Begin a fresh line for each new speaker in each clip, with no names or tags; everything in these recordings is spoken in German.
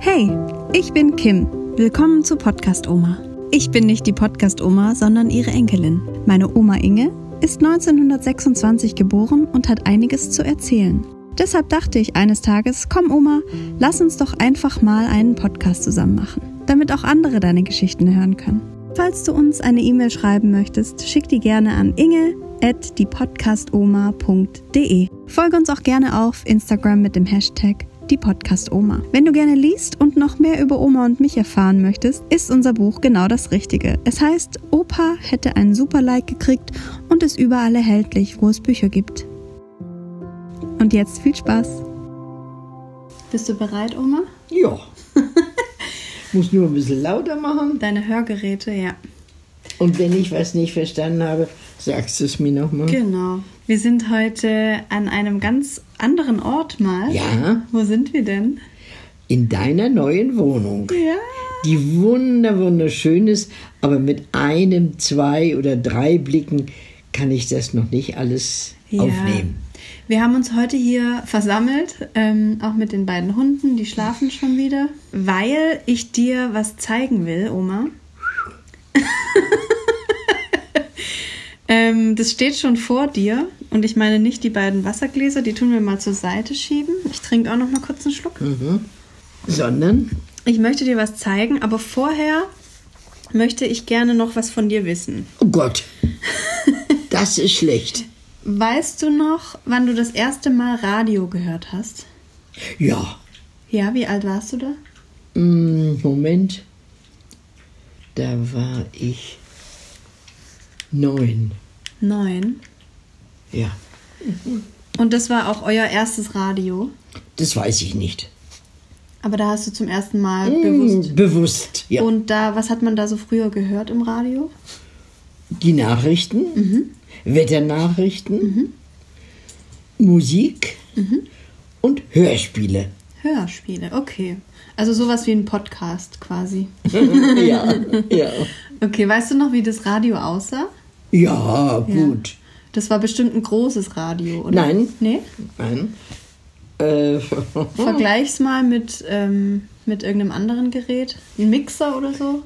Hey, ich bin Kim. Willkommen zu Podcast Oma. Ich bin nicht die Podcast Oma, sondern ihre Enkelin. Meine Oma Inge ist 1926 geboren und hat einiges zu erzählen. Deshalb dachte ich eines Tages, komm Oma, lass uns doch einfach mal einen Podcast zusammen machen, damit auch andere deine Geschichten hören können. Falls du uns eine E-Mail schreiben möchtest, schick die gerne an inge at diepodcastoma.de. Folge uns auch gerne auf Instagram mit dem Hashtag die Podcast Oma. Wenn du gerne liest und noch mehr über Oma und mich erfahren möchtest, ist unser Buch genau das Richtige. Es heißt Opa hätte einen super Like gekriegt und ist überall erhältlich, wo es Bücher gibt. Und jetzt viel Spaß. Bist du bereit, Oma?
Ja. Muss nur ein bisschen lauter machen.
Deine Hörgeräte, ja.
Und wenn ich was nicht verstanden habe, sagst du es mir nochmal.
Genau. Wir sind heute an einem ganz anderen Ort mal.
Ja.
Wo sind wir denn?
In deiner neuen Wohnung,
Ja.
die wunder wunderschön ist, aber mit einem, zwei oder drei Blicken kann ich das noch nicht alles aufnehmen.
Wir haben uns heute hier versammelt, ähm, auch mit den beiden Hunden, die schlafen schon wieder, weil ich dir was zeigen will, Oma. ähm, das steht schon vor dir und ich meine nicht die beiden Wassergläser, die tun wir mal zur Seite schieben. Ich trinke auch noch mal kurz einen Schluck.
Sondern,
Ich möchte dir was zeigen, aber vorher möchte ich gerne noch was von dir wissen.
oh Gott, das ist schlecht.
Weißt du noch, wann du das erste Mal Radio gehört hast?
Ja,
Ja, wie alt warst du da?
mm, Moment, da war ich neun.
Neun.
Ja,
Und das war auch euer erstes Radio.
das weiß ich nicht.
Aber da hast du zum ersten Mal bewusst.
Bewusst, Mm, ja.
Und da, was hat man da so früher gehört im Radio?
Die Nachrichten,
Mhm.
Wetternachrichten, Musik
Mhm.
und Hörspiele.
Hörspiele, okay. Also sowas wie ein Podcast quasi.
ja, ja.
Okay, weißt du noch, wie das Radio aussah?
ja, gut.
Das war bestimmt ein großes Radio, oder?
Nein.
Nee?
Nein. Äh,
Vergleich's mal mit, ähm, mit irgendeinem anderen Gerät. Ein Mixer oder so?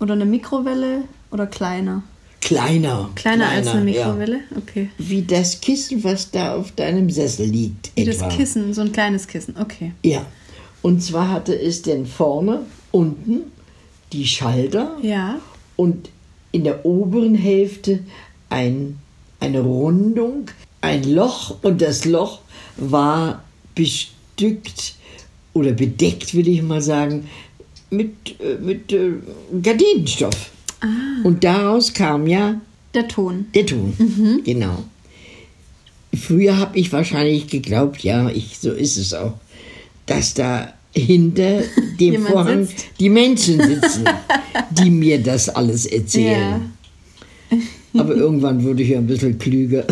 Oder eine Mikrowelle? Oder kleiner?
kleiner.
Kleiner, als eine
Ja.
Mikrowelle? Okay.
Wie das Kissen, was da auf deinem Sessel liegt.
Wie
etwa.
das Kissen, so ein kleines Kissen, okay.
Ja. Und zwar hatte es denn vorne, unten die Schalter
Ja.
und in der oberen Hälfte ein, eine Rundung, ein Loch und das Loch war bestückt oder bedeckt, will ich mal sagen, mit, äh, mit äh, Gardinenstoff. Und daraus kam ja
Der Ton.
der Ton.
Mhm.
Genau. Früher habe ich wahrscheinlich geglaubt, ja, ich, so ist es auch, dass da hinter dem
Jemand
Vorhang
sitzt.
die Menschen sitzen, die mir das alles erzählen. Aber irgendwann wurde ich ja ein bisschen klüger.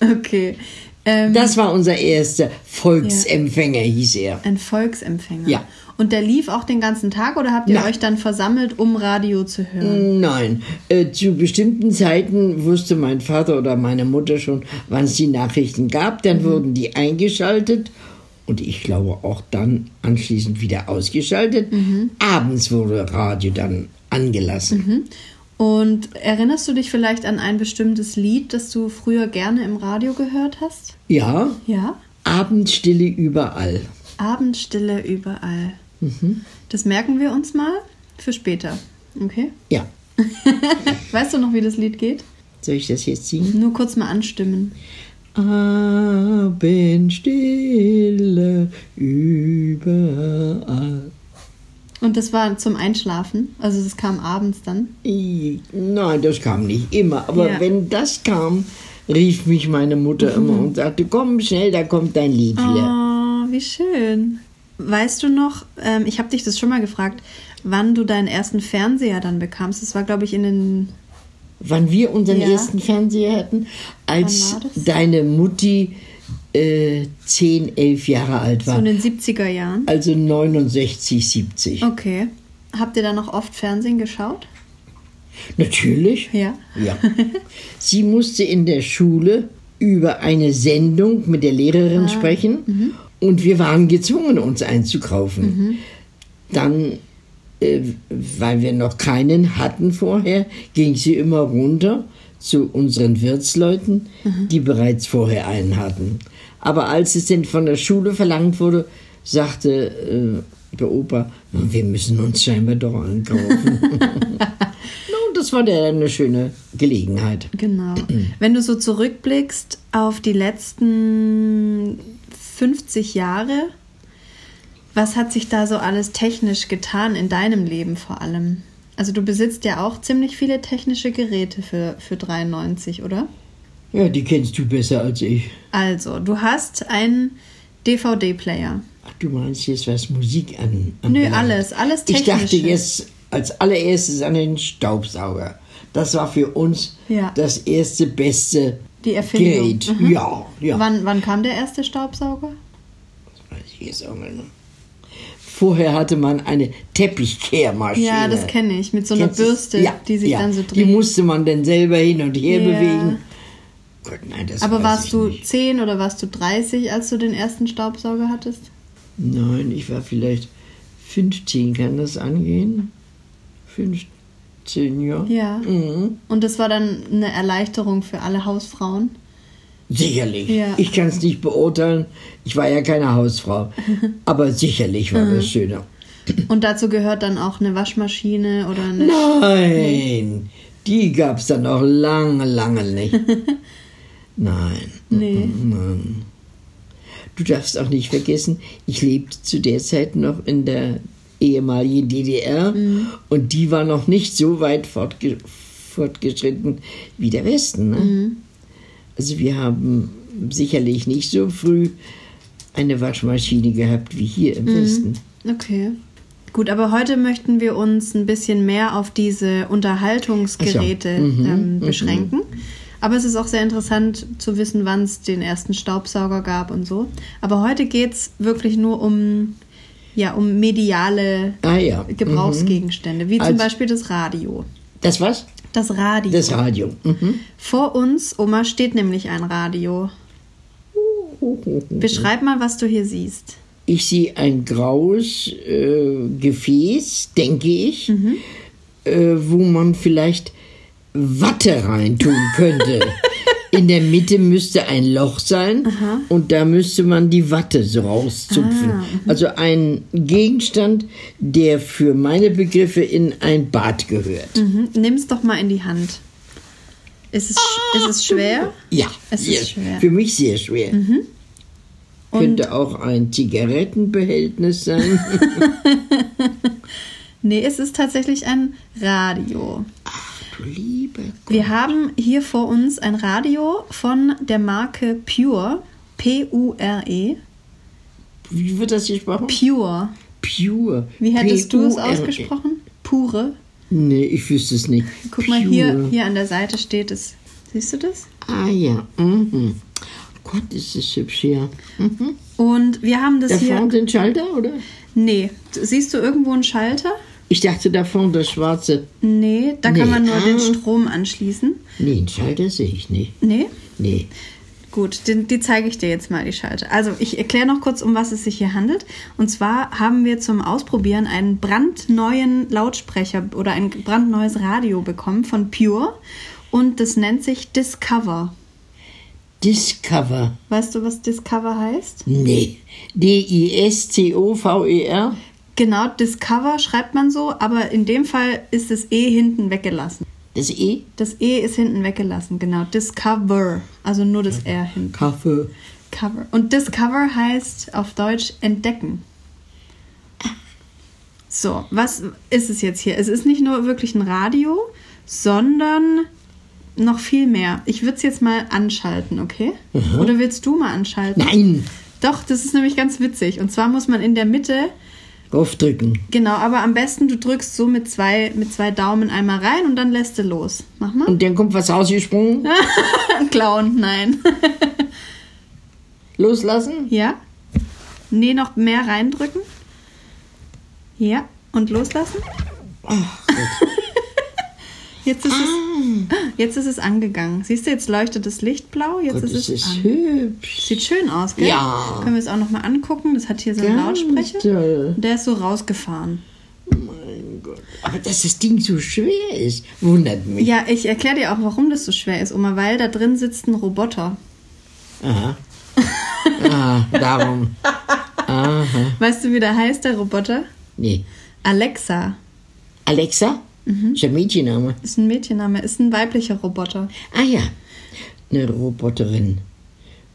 Ja, okay. Ähm,
Das war unser erster Volksempfänger, hieß er.
ein Volksempfänger.
Ja.
Und der lief auch den ganzen Tag oder habt ihr
Nein.
euch dann versammelt, um Radio zu hören?
Nein, äh, zu bestimmten Zeiten wusste mein Vater oder meine Mutter schon, wann es die Nachrichten gab. Dann wurden die eingeschaltet und ich glaube auch dann anschließend wieder ausgeschaltet. Abends wurde Radio dann angelassen.
Mhm. Und erinnerst du dich vielleicht an ein bestimmtes Lied, das du früher gerne im Radio gehört hast?
Ja,
Ja.
Abendstille überall.
Abendstille überall.
Mhm.
Das merken wir uns mal für später. Okay.
Ja,
Weißt du noch, wie das Lied geht?
soll ich das jetzt singen?
Nur kurz mal anstimmen.
Abendstille überall.
Und das war zum Einschlafen. Also das kam abends dann.
I- Nein, das kam nicht immer. Aber
Ja. Mhm.
wenn das kam, rief mich meine Mutter immer und sagte, komm schnell, da kommt dein Lied wieder.
Oh, wie schön. Weißt du noch, ähm, ich habe dich das schon mal gefragt, wann du deinen ersten Fernseher dann bekamst. Das war, glaube ich, in den...
Wann wir unseren
Ja.
ersten Fernseher hatten, als
Wann war das?
deine Mutti äh, 10, 11 Jahre alt
so
war.
in den 70er Jahren.
also 69, 70.
Okay. Habt ihr dann noch oft Fernsehen geschaut?
Natürlich.
Ja.
Ja. Sie musste in der Schule über eine Sendung mit der Lehrerin sprechen Und wir waren gezwungen, uns einzukaufen. Dann, äh, weil wir noch keinen hatten vorher, ging sie immer runter zu unseren Wirtsleuten, die bereits vorher einen hatten. Aber als es denn von der Schule verlangt wurde, sagte äh, der Opa, wir müssen uns scheinbar doch einkaufen. Nun, das war dann eine schöne Gelegenheit.
Genau. Wenn du so zurückblickst auf die letzten 50 Jahre, was hat sich da so alles technisch getan in deinem Leben vor allem? Also du besitzt ja auch ziemlich viele technische Geräte für, für 93, oder?
Ja, die kennst du besser als ich.
Also, du hast einen DVD-Player.
Ach, du meinst jetzt was Musik an?
Nö,
anbelangt.
alles, alles
Ich dachte
Technische.
jetzt als allererstes an den Staubsauger. Das war für uns
Ja.
das erste beste
Die Erfindung. Mhm.
Gerät. Ja, ja.
Wann, wann kam der erste Staubsauger?
Weiß ich jetzt auch nicht mehr. Vorher hatte man eine Teppichkehrmaschine.
Ja, das kenne ich. Mit so einer
Kennst du's?
Bürste,
Ja,
die sich
ja.
dann so
Die
dreht.
musste man dann selber hin und her
Ja.
bewegen. Gott, nein, das
Aber
weiß
warst
ich
du
Nicht.
10 oder warst du 30, als du den ersten Staubsauger hattest?
Nein, ich war vielleicht 15, kann das angehen? 15, ja.
Ja.
Mhm.
Und das war dann eine Erleichterung für alle Hausfrauen.
Sicherlich.
Ja.
Ich kann es nicht beurteilen. Ich war ja keine Hausfrau. Aber sicherlich war
Mhm.
das schöner.
Und dazu gehört dann auch eine Waschmaschine oder eine.
Nein, die gab es dann noch lange, lange nicht. Nein.
Nee.
Nein. Du darfst auch nicht vergessen, ich lebte zu der Zeit noch in der ehemaligen DDR und die war noch nicht so weit fortge fortgeschritten wie der Westen. Ne? Also wir haben sicherlich nicht so früh eine Waschmaschine gehabt wie hier im Westen.
Okay. Gut, aber heute möchten wir uns ein bisschen mehr auf diese Unterhaltungsgeräte
Ach so. Mhm,
ähm, beschränken. Aber es ist auch sehr interessant zu wissen, wann es den ersten Staubsauger gab und so. Aber heute geht es wirklich nur um, ja, um mediale
Ah ja. Mhm.
Gebrauchsgegenstände, wie zum
Also-
Beispiel das Radio.
Das was?
Das Radio.
Das Radio. Mhm.
Vor uns, Oma, steht nämlich ein Radio. Beschreib mal, was du hier siehst.
Ich sehe ein graues äh, Gefäß, denke ich,
Mhm.
äh, wo man vielleicht Watte reintun könnte. In der Mitte müsste ein Loch sein und da müsste man die Watte so rauszupfen.
Ah, mhm.
also ein Gegenstand, der für meine Begriffe in ein Bad gehört.
Mhm. Nimm's doch mal in die Hand. Ist es, sch- ist es schwer?
Ja,
Es ist
sehr,
schwer. Mhm.
für mich sehr schwer.
Und-
Könnte auch ein Zigarettenbehältnis sein.
Nee, es ist tatsächlich ein Radio.
du lieber Gott.
Wir haben hier vor uns ein Radio von der Marke Pure. P-U-R-E.
Wie wird das gesprochen?
E, Pure.
Pure.
Wie hättest du es
P-U-R-E.
ausgesprochen? Pure.
E. Nee, ich wüsste es nicht.
Guck mal,
Pure.
hier, hier an der Seite steht es. Siehst du das?
Ah ja. Mhm. Gott, ist das hübsch hier. Mhm.
Und wir haben das
Da
hier.
vorne den Schalter, oder?
Nee. Siehst du irgendwo einen Schalter?
Ich dachte da vorne das schwarze.
Nee, da kann
Nee.
man nur
Ah.
den Strom anschließen.
Nee, den Schalter sehe ich nicht.
Nee?
Nee.
Gut, den, die zeige ich dir jetzt mal, die Schalte. Also, ich erkläre noch kurz, um was es sich hier handelt. Und zwar haben wir zum Ausprobieren einen brandneuen Lautsprecher oder ein brandneues Radio bekommen von Pure. Und das nennt sich Discover.
Discover.
Weißt du, was Discover heißt?
Nee. D-I-S-C-O-V-E-R.
Genau, Discover schreibt man so, aber in dem Fall ist das E hinten weggelassen.
Das E.
Das E ist hinten weggelassen, genau. Discover. Also nur das R hinten.
Kaffee.
Cover. Und Discover heißt auf Deutsch entdecken. So, was ist es jetzt hier? Es ist nicht nur wirklich ein Radio, sondern noch viel mehr. Ich würde es jetzt mal anschalten, okay? Oder willst du mal anschalten?
Nein.
Doch, das ist nämlich ganz witzig. Und zwar muss man in der Mitte,
Aufdrücken.
genau, aber am besten du drückst so mit zwei, mit zwei Daumen einmal rein und dann lässt du los. Mach mal.
Und dann kommt was rausgesprungen.
Clown, nein.
Loslassen.
Ja. Nee, noch mehr reindrücken. Ja. Und loslassen. Jetzt ist,
Ah.
es, jetzt ist es angegangen. Siehst du, jetzt leuchtet das Licht blau. Jetzt
Gott,
ist es
ist das
an.
hübsch.
Sieht schön aus, gell?
Ja.
Können wir es auch nochmal angucken. Das hat hier so einen
Ganz
Lautsprecher.
toll.
Und der ist so rausgefahren.
Mein Gott. Aber dass das Ding so schwer ist, wundert mich.
Ja, ich erkläre dir auch, warum das so schwer ist, Oma, weil da drin sitzt ein Roboter.
Aha. ah, darum. Aha.
Weißt du, wie der heißt, der Roboter?
Nee.
Alexa.
Alexa? Ist ein Mädchenname.
Ist ein Mädchenname, ist ein weiblicher Roboter.
Ah ja, eine Roboterin.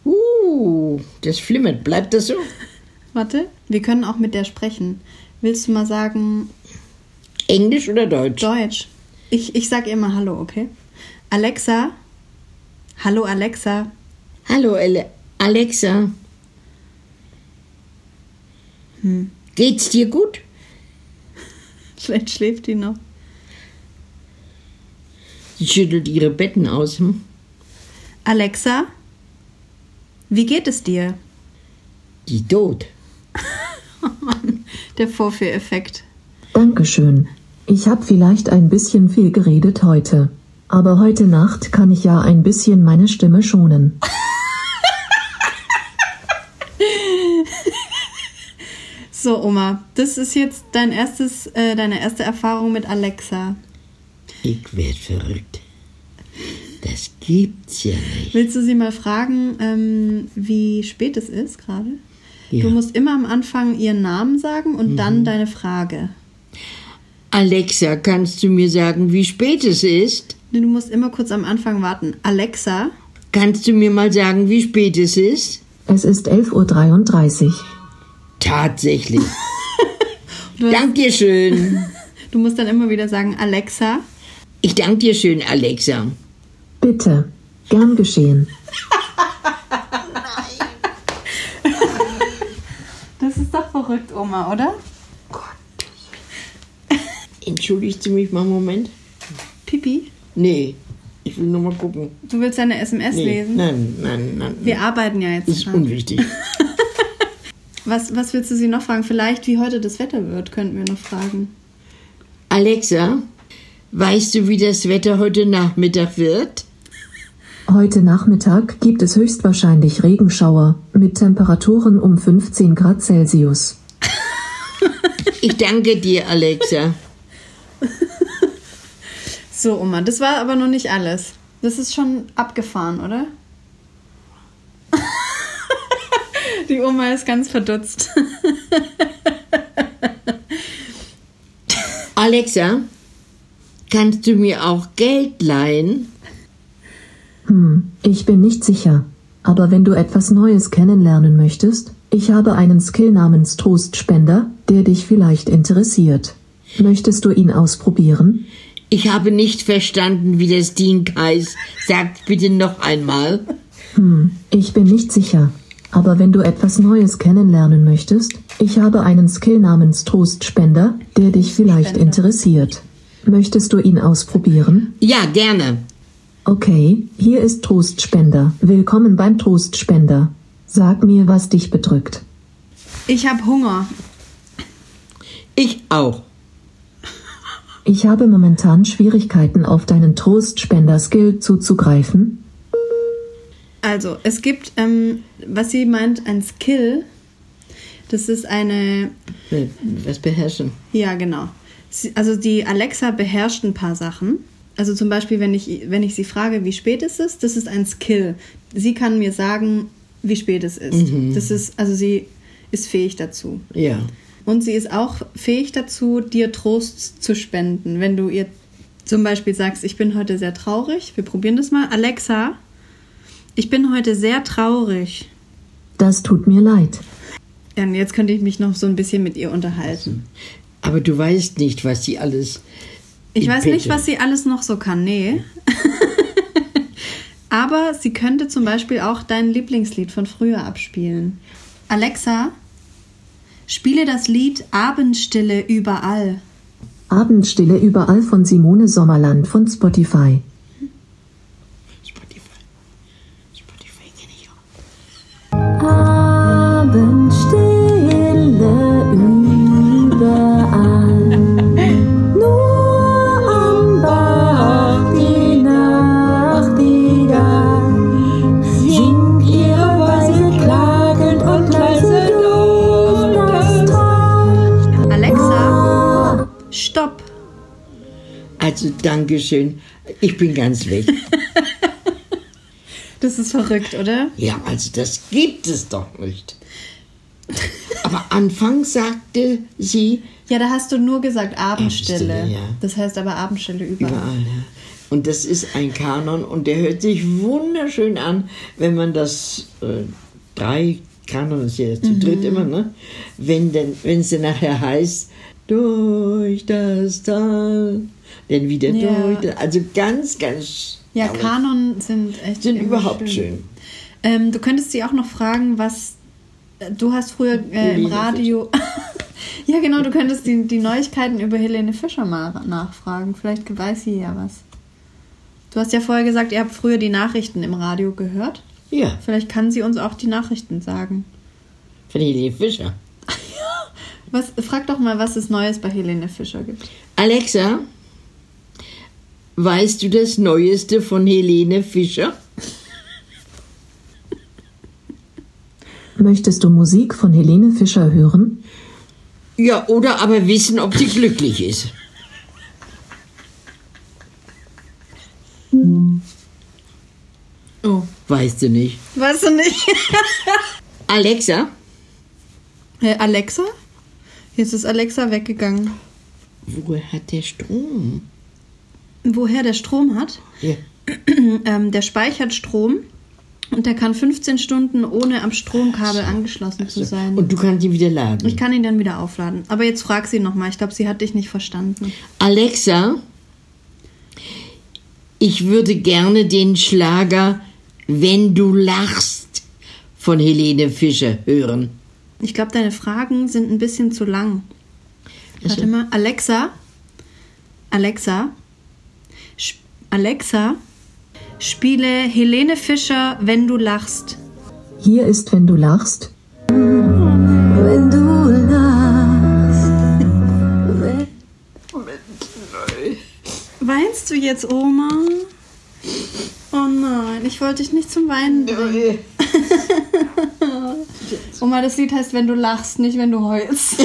Uh, das flimmert. Bleibt das so?
Warte, wir können auch mit der sprechen. Willst du mal sagen
Englisch oder Deutsch?
Deutsch? Ich, ich sag ihr mal Hallo, okay? Alexa. Hallo, Alexa.
Hallo, Ale Alexa. Geht's dir gut?
Vielleicht schläft die noch.
Sie schüttelt ihre Betten aus. Hm?
Alexa. Wie geht es dir?
Die tot.
Der Vorführeffekt.
Dankeschön. Ich habe vielleicht ein bisschen viel geredet heute. Aber heute Nacht kann ich ja ein bisschen meine Stimme schonen.
So, Oma, das ist jetzt dein erstes, äh, deine erste Erfahrung mit Alexa.
Ich werd verrückt. Das gibt's ja nicht.
Willst du sie mal fragen, ähm, wie spät es ist gerade?
Ja.
Du musst immer am Anfang ihren Namen sagen und dann deine Frage.
Alexa, kannst du mir sagen, wie spät es ist?
Du musst immer kurz am Anfang warten. Alexa,
Kannst du mir mal sagen, wie spät es ist?
Es ist 11.33 Uhr.
Tatsächlich.
Du hast-
Dank dir schön.
du musst dann immer wieder sagen, Alexa,
Ich danke dir schön, Alexa.
Bitte. Gern geschehen.
das ist doch verrückt, Oma, oder?
Entschuldigst du mich mal einen Moment?
Pipi,
Nee, ich will nur mal gucken.
du willst deine SMS
Nee,
lesen?
Nein, nein, nein.
Wir arbeiten ja jetzt.
das ist
dran.
unwichtig.
Was, was willst du sie noch fragen? Vielleicht, wie heute das Wetter wird, könnten wir noch fragen.
Alexa, weißt du, wie das Wetter heute Nachmittag wird?
Heute Nachmittag gibt es höchstwahrscheinlich Regenschauer mit Temperaturen um 15 Grad Celsius.
Ich danke dir, Alexa.
So, Oma, das war aber noch nicht alles. Das ist schon abgefahren, oder? Die Oma ist ganz verdutzt.
Alexa, kannst du mir auch Geld leihen?
Hm, ich bin nicht sicher. Aber wenn du etwas Neues kennenlernen möchtest, ich habe einen Skill namens Trostspender, der dich vielleicht interessiert. Möchtest du ihn ausprobieren?
Ich habe nicht verstanden, wie das Ding heißt. Sag bitte noch einmal.
Hm, ich bin nicht sicher. Aber wenn du etwas Neues kennenlernen möchtest, ich habe einen Skill namens Trostspender, der dich vielleicht interessiert. Möchtest du ihn ausprobieren?
Ja, gerne.
Okay, hier ist Trostspender. Willkommen beim Trostspender. Sag mir, was dich bedrückt.
Ich habe Hunger.
Ich auch.
Ich habe momentan Schwierigkeiten, auf deinen Trostspender-Skill zuzugreifen.
Also, es gibt, ähm, was sie meint, ein Skill. Das ist eine,
Äh, Was beherrschen?
ja genau. Sie- Also die Alexa beherrscht ein paar Sachen. Also zum Beispiel, wenn ich, wenn ich sie frage, wie spät ist es, das ist ein Skill. Sie kann mir sagen, wie spät es ist. Das ist, also sie ist fähig dazu.
Ja.
Und sie ist auch fähig dazu, dir Trost zu spenden. Wenn du ihr zum Beispiel sagst, ich bin heute sehr traurig, wir probieren das mal. Alexa, ich bin heute sehr traurig.
Das tut mir leid.
Ja, und jetzt könnte ich mich noch so ein bisschen mit ihr unterhalten.
Aber du weißt nicht, was sie alles.
Ich
in
weiß nicht,
petto-
was sie alles noch so kann, nee. Aber sie könnte zum Beispiel auch dein Lieblingslied von früher abspielen. Alexa, spiele das Lied Abendstille überall.
Abendstille überall von Simone Sommerland von Spotify.
Spotify. Spotify kenne ich auch.
Abendstille überall. Nur am Bach.
und Dankeschön. Also, Ich bin ganz weg.
Das ist verrückt, oder?
Ja, also das gibt es doch nicht. Aber anfangs sagte sie
Ja, da hast du nur gesagt Abendstille.
Abendstille, ja.
Das heißt aber Abendstille überall.
überall. Ja. Und das ist ein Kanon und der hört sich wunderschön an, wenn man das äh, drei Kanon ist ja
Mhm.
zu dritt immer, ne? Wenn denn, wenn es dann nachher heißt durch das Tal, dann wieder
Ja.
durch, das, also ganz, ganz.
Ja,
aber
Kanon sind echt
sind
immer
überhaupt schön.
Ähm, du könntest sie auch noch fragen, was äh, du hast früher äh, im
Helene
Radio. ja, genau, du könntest die, die Neuigkeiten über Helene Fischer mal nachfragen. Vielleicht weiß sie ja was. Du hast ja vorher gesagt, ihr habt früher die Nachrichten im Radio gehört.
Ja,
Vielleicht kann sie uns auch die Nachrichten sagen.
von Helene Fischer.
Was, frag doch mal, was es Neues bei Helene Fischer gibt.
Alexa, weißt du das Neueste von Helene Fischer?
Möchtest du Musik von Helene Fischer hören?
Ja, oder aber wissen, ob sie glücklich ist.
Oh.
Weißt du nicht.
Weißt du nicht?
Alexa,
Äh, Alexa? Jetzt ist Alexa weggegangen.
woher hat der Strom?
Woher der Strom hat?
Ja.
ähm, der speichert Strom und der kann 15 Stunden ohne am Stromkabel angeschlossen zu sein.
Und du kannst ihn wieder laden.
ich kann ihn dann wieder aufladen. Aber jetzt frag sie nochmal. Ich glaube, sie hat dich nicht verstanden.
Alexa, ich würde gerne den Schlager Wenn du lachst von Helene Fischer hören.
Ich glaube, deine Fragen sind ein bisschen zu lang. Warte mal. Alexa? Alexa? Sp Alexa? Spiele Helene Fischer, wenn du lachst.
Hier ist, wenn du lachst. Wenn du lachst.
Weinst du jetzt, Oma? Oh nein, ich wollte dich nicht zum Weinen bringen. Oma, das Lied heißt, wenn du lachst, nicht wenn du heulst.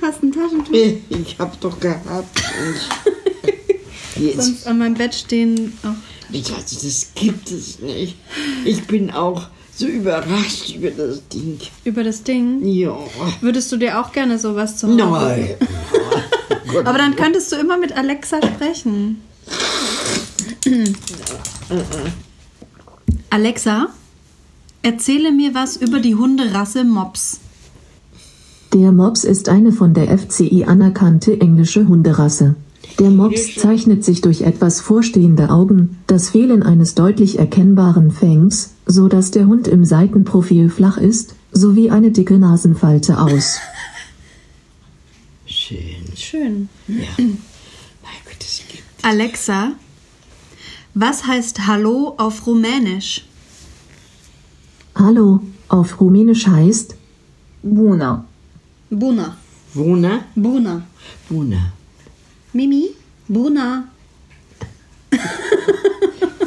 Hast ein Taschentuch?
Ich hab doch gehabt. Jetzt,
Sonst an meinem Bett stehen. Oh.
ich dachte, das gibt es nicht. Ich bin auch so überrascht über das Ding.
Über das Ding.
Ja.
Würdest du dir auch gerne sowas zu Hause?
Nein.
Aber dann könntest du immer mit Alexa sprechen. Alexa, erzähle mir was über die Hunderasse Mops.
Der Mops ist eine von der FCI anerkannte englische Hunderasse. Der Mops zeichnet sich durch etwas vorstehende Augen, das Fehlen eines deutlich erkennbaren Fangs, so dass der Hund im Seitenprofil flach ist, sowie eine dicke Nasenfalte aus.
Schön.
Schön.
Ja. Mein Gott, das gibt
Alexa, was heißt Hallo auf Rumänisch?
Hallo auf Rumänisch heißt Buna.
Buna.
Wuna?
Buna.
Wuna.
Mimi? Buna.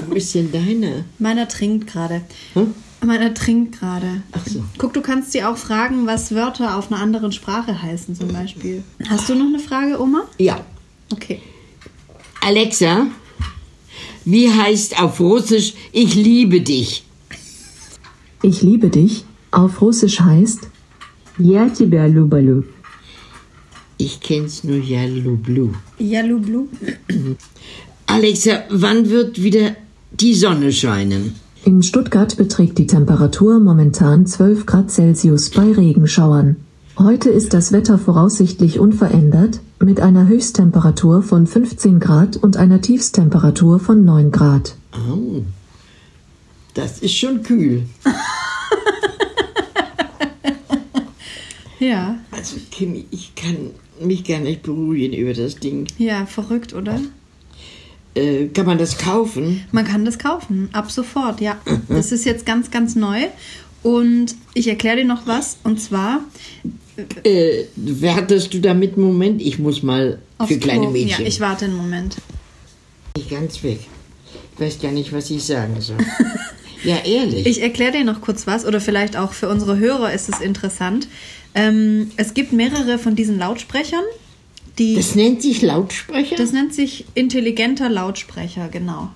Wo ist denn deine?
Meiner trinkt gerade.
Hm?
Meiner trinkt gerade.
Ach so.
Guck, du kannst sie auch fragen, was Wörter auf einer anderen Sprache heißen,
Mhm.
zum Beispiel. Hast du noch eine Frage, Oma?
Ja.
Okay.
Alexa, wie heißt auf Russisch ich liebe dich?
Ich liebe dich auf Russisch heißt Я тебя люблю.
Ich kenn's nur ja Blue.
Ja, Lublu.
Alexa, wann wird wieder die Sonne scheinen?
In Stuttgart beträgt die Temperatur momentan 12 Grad Celsius bei Regenschauern. Heute ist das Wetter voraussichtlich unverändert, mit einer Höchsttemperatur von 15 Grad und einer Tiefstemperatur von 9 Grad.
Oh, das ist schon kühl.
Ja.
Also Kim, ich kann mich gar nicht beruhigen über das Ding.
Ja, verrückt, oder?
Äh, kann man das kaufen?
Man kann das kaufen, ab sofort, ja. Das ist jetzt ganz, ganz neu. Und ich erkläre dir noch was. Und zwar
Äh, wertest du damit? Moment, ich muss mal
aufs
für kleine
Klo.
Mädchen.
Ja, ich warte einen Moment.
Bin ich ganz weg. Ich weiß gar nicht, was ich sagen soll. ja, ehrlich.
Ich erkläre dir noch kurz was, oder vielleicht auch für unsere Hörer ist es interessant. Ähm, es gibt mehrere von diesen Lautsprechern, die, das,
Das nennt sich Lautsprecher,
nennt sich intelligenter Lautsprecher, genau.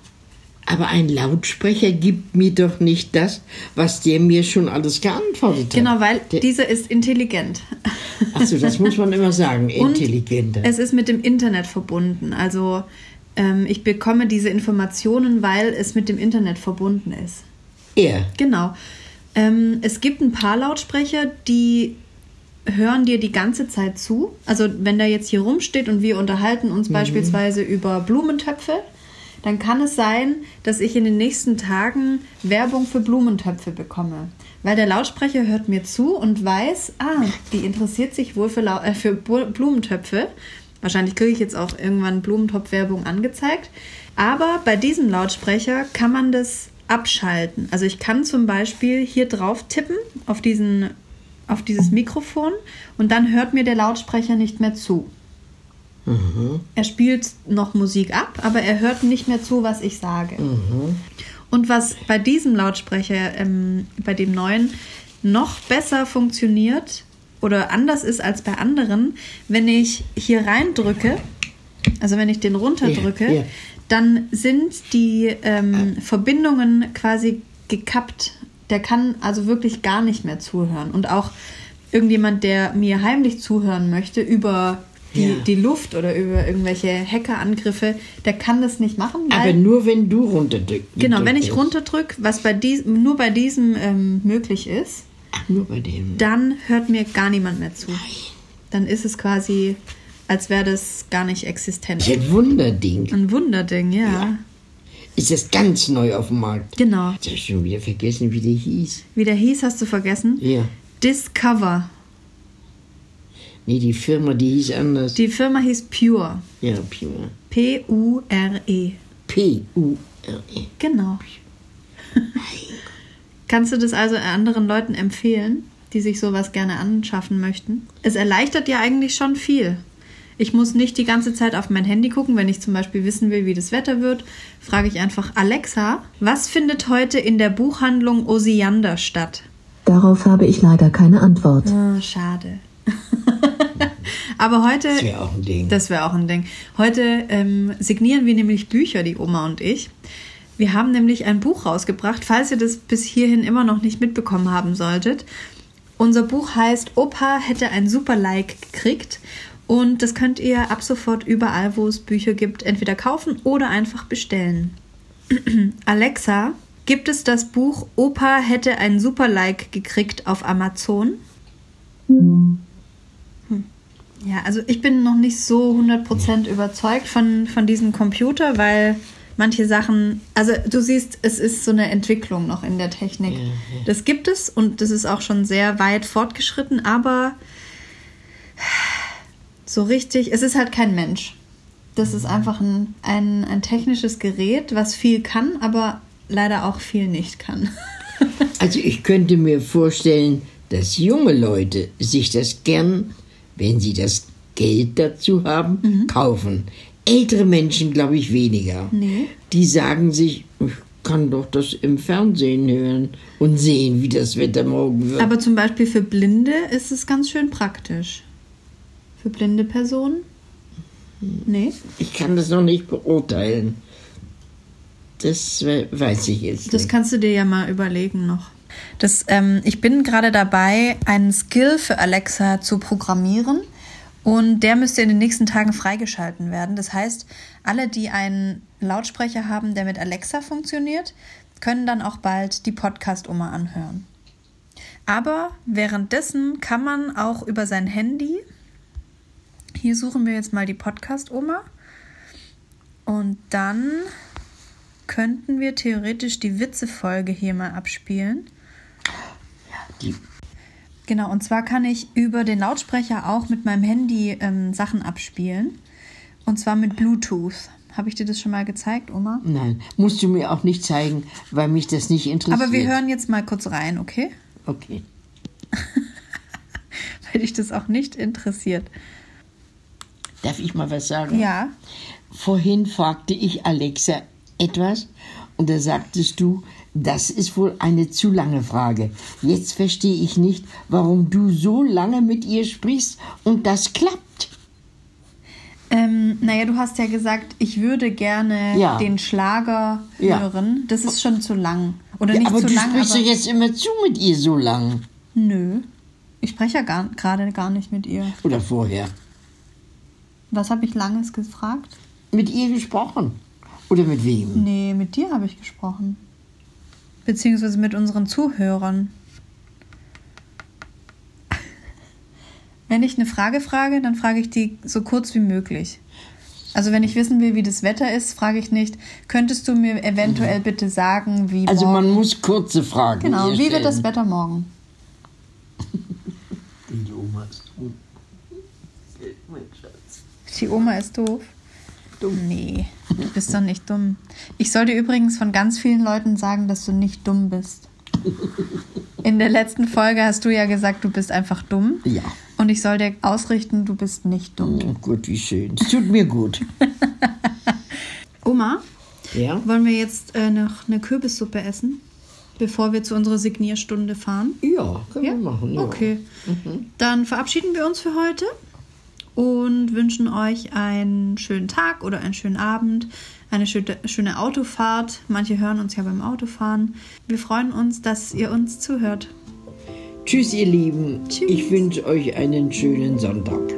aber ein Lautsprecher gibt mir doch nicht das, was der mir schon alles geantwortet hat.
Genau, weil
Der-
dieser ist intelligent.
Achso, das muss man immer sagen, intelligenter.
Und es ist mit dem Internet verbunden. Also ähm, ich bekomme diese Informationen, weil es mit dem Internet verbunden ist.
Er.
Genau. Ähm, es gibt ein paar Lautsprecher, die hören dir die ganze Zeit zu. Also wenn der jetzt hier rumsteht und wir unterhalten uns beispielsweise über Blumentöpfe, dann kann es sein, dass ich in den nächsten Tagen Werbung für Blumentöpfe bekomme. Weil der Lautsprecher hört mir zu und weiß, ah, die interessiert sich wohl für, Lau äh, für Bu- Blumentöpfe. Wahrscheinlich kriege ich jetzt auch irgendwann Blumentopf-Werbung angezeigt. Aber bei diesem Lautsprecher kann man das abschalten. Also ich kann zum Beispiel hier drauf tippen auf diesen auf dieses Mikrofon und dann hört mir der Lautsprecher nicht mehr zu. Er spielt noch Musik ab, aber er hört nicht mehr zu, was ich sage.
Mhm.
Und was bei diesem Lautsprecher, ähm, bei dem neuen, noch besser funktioniert oder anders ist als bei anderen, wenn ich hier reindrücke, also wenn ich den runterdrücke,
Ja, ja.
dann sind die ähm, Verbindungen quasi gekappt. Der kann also wirklich gar nicht mehr zuhören. Und auch irgendjemand, der mir heimlich zuhören möchte über die,
Ja.
die Luft oder über irgendwelche Hackerangriffe, der kann das nicht machen.
Aber
Weil
nur wenn du runterdrückst.
Genau, wenn ich runterdrücke, was bei dies, nur bei diesem ähm, möglich ist,
Nur bei dem.
dann hört mir gar niemand mehr zu. Dann ist es quasi, als wäre das gar nicht
Das ist
existent.
ein Wunderding.
Ein Wunderding, ja.
Ist das ganz neu auf dem Markt.
Genau.
Jetzt habe ich schon wieder vergessen, wie der hieß.
Wie der hieß, hast du vergessen?
Ja.
Discover.
Nee, die Firma, die hieß anders.
Die Firma hieß Pure.
ja, Pure.
P-U-R-E.
P-U-R-E.
Genau. Kannst du das also anderen Leuten empfehlen, die sich sowas gerne anschaffen möchten? Es erleichtert ja eigentlich schon viel. Ich muss nicht die ganze Zeit auf mein Handy gucken, wenn ich zum Beispiel wissen will, wie das Wetter wird, frage ich einfach Alexa, was findet heute in der Buchhandlung Osiander statt?
Darauf habe ich leider keine Antwort.
Ah, schade. Aber heute.
Das wäre auch ein Ding.
Das wäre auch ein Ding. Heute ähm, signieren wir nämlich Bücher, die Oma und ich. Wir haben nämlich ein Buch rausgebracht, falls ihr das bis hierhin immer noch nicht mitbekommen haben solltet. Unser Buch heißt Opa hätte ein super Like gekriegt. Und das könnt ihr ab sofort überall, wo es Bücher gibt, entweder kaufen oder einfach bestellen. Alexa, gibt es das Buch Opa hätte ein super Like gekriegt auf Amazon? Ja, also ich bin noch nicht so 100% überzeugt von, von diesem Computer, weil manche Sachen, also du siehst, es ist so eine Entwicklung noch in der Technik.
Ja, ja.
Das gibt es und das ist auch schon sehr weit fortgeschritten, aber so richtig, es ist halt kein Mensch. Das ist einfach ein, ein, ein technisches Gerät, was viel kann, aber leider auch viel nicht kann.
Also ich könnte mir vorstellen, dass junge Leute sich das gern, wenn sie das Geld dazu haben,
Mhm.
kaufen. Ältere Menschen glaube ich weniger.
Nee.
Die sagen sich, ich kann doch das im Fernsehen hören und sehen, wie das Wetter morgen wird.
Aber zum Beispiel für Blinde ist es ganz schön praktisch. Für blinde Personen? Nee,
ich kann das noch nicht beurteilen. Das we- weiß ich jetzt
das
nicht.
kannst du dir ja mal überlegen noch. Das, ähm, ich bin gerade dabei, einen Skill für Alexa zu programmieren und der müsste in den nächsten Tagen freigeschalten werden. Das heißt, alle, die einen Lautsprecher haben, der mit Alexa funktioniert, können dann auch bald die Podcast-Oma anhören. Aber währenddessen kann man auch über sein Handy, hier suchen wir jetzt mal die Podcast-Oma, und dann könnten wir theoretisch die Witze-Folge hier mal abspielen.
Die-
Genau, und zwar kann ich über den Lautsprecher auch mit meinem Handy ähm, Sachen abspielen. Und zwar mit Bluetooth. Habe ich dir das schon mal gezeigt, Oma?
Nein, musst du mir auch nicht zeigen, weil mich das nicht interessiert.
Aber wir hören jetzt mal kurz rein, okay?
Okay.
Weil dich das auch nicht interessiert.
Darf ich mal was sagen?
Ja.
Vorhin fragte ich Alexa etwas und da sagtest du, das ist wohl eine zu lange Frage. Jetzt verstehe ich nicht, warum du so lange mit ihr sprichst und das klappt.
Ähm, naja, du hast ja gesagt, ich würde gerne
Ja.
den Schlager
Ja.
hören. Das ist schon zu lang. Oder
Ja,
nicht
aber
zu
du
lang,
sprichst
aber...
doch jetzt immer zu mit ihr so lang.
Nö. Ich spreche ja gar- gerade gar nicht mit ihr.
Oder vorher.
Was habe ich Langes gefragt?
Mit ihr gesprochen. Oder mit wem?
Nee, mit dir habe ich gesprochen. Beziehungsweise mit unseren Zuhörern. Wenn ich eine Frage frage, dann frage ich die so kurz wie möglich. Also wenn ich wissen will, wie das Wetter ist, frage ich nicht, könntest du mir eventuell bitte sagen, wie
Mhm. Also
morgen...
man muss kurze Fragen
Genau,
ihr
wie wird das
stellen.
Wetter morgen?
Die Oma ist gut. Mein Schatz.
Die Oma ist doof. Dumm. Nee, du bist doch nicht dumm. Ich soll dir übrigens von ganz vielen Leuten sagen, dass du nicht dumm bist. In der letzten Folge hast du ja gesagt, du bist einfach dumm.
Ja.
Und ich soll dir ausrichten, du bist nicht dumm.
Oh Gott, wie schön. Es tut mir gut.
Oma,
Ja?
wollen wir jetzt äh, noch eine Kürbissuppe essen, bevor wir zu unserer Signierstunde fahren?
Ja, können wir machen. Ja. Mhm.
Okay. Dann verabschieden wir uns für heute und wünschen euch einen schönen Tag oder einen schönen Abend, eine schöne, schöne Autofahrt. Manche hören uns ja beim Autofahren. Wir freuen uns, dass ihr uns zuhört.
Tschüss, ihr Lieben.
Tschüss.
Ich wünsche euch einen schönen Sonntag.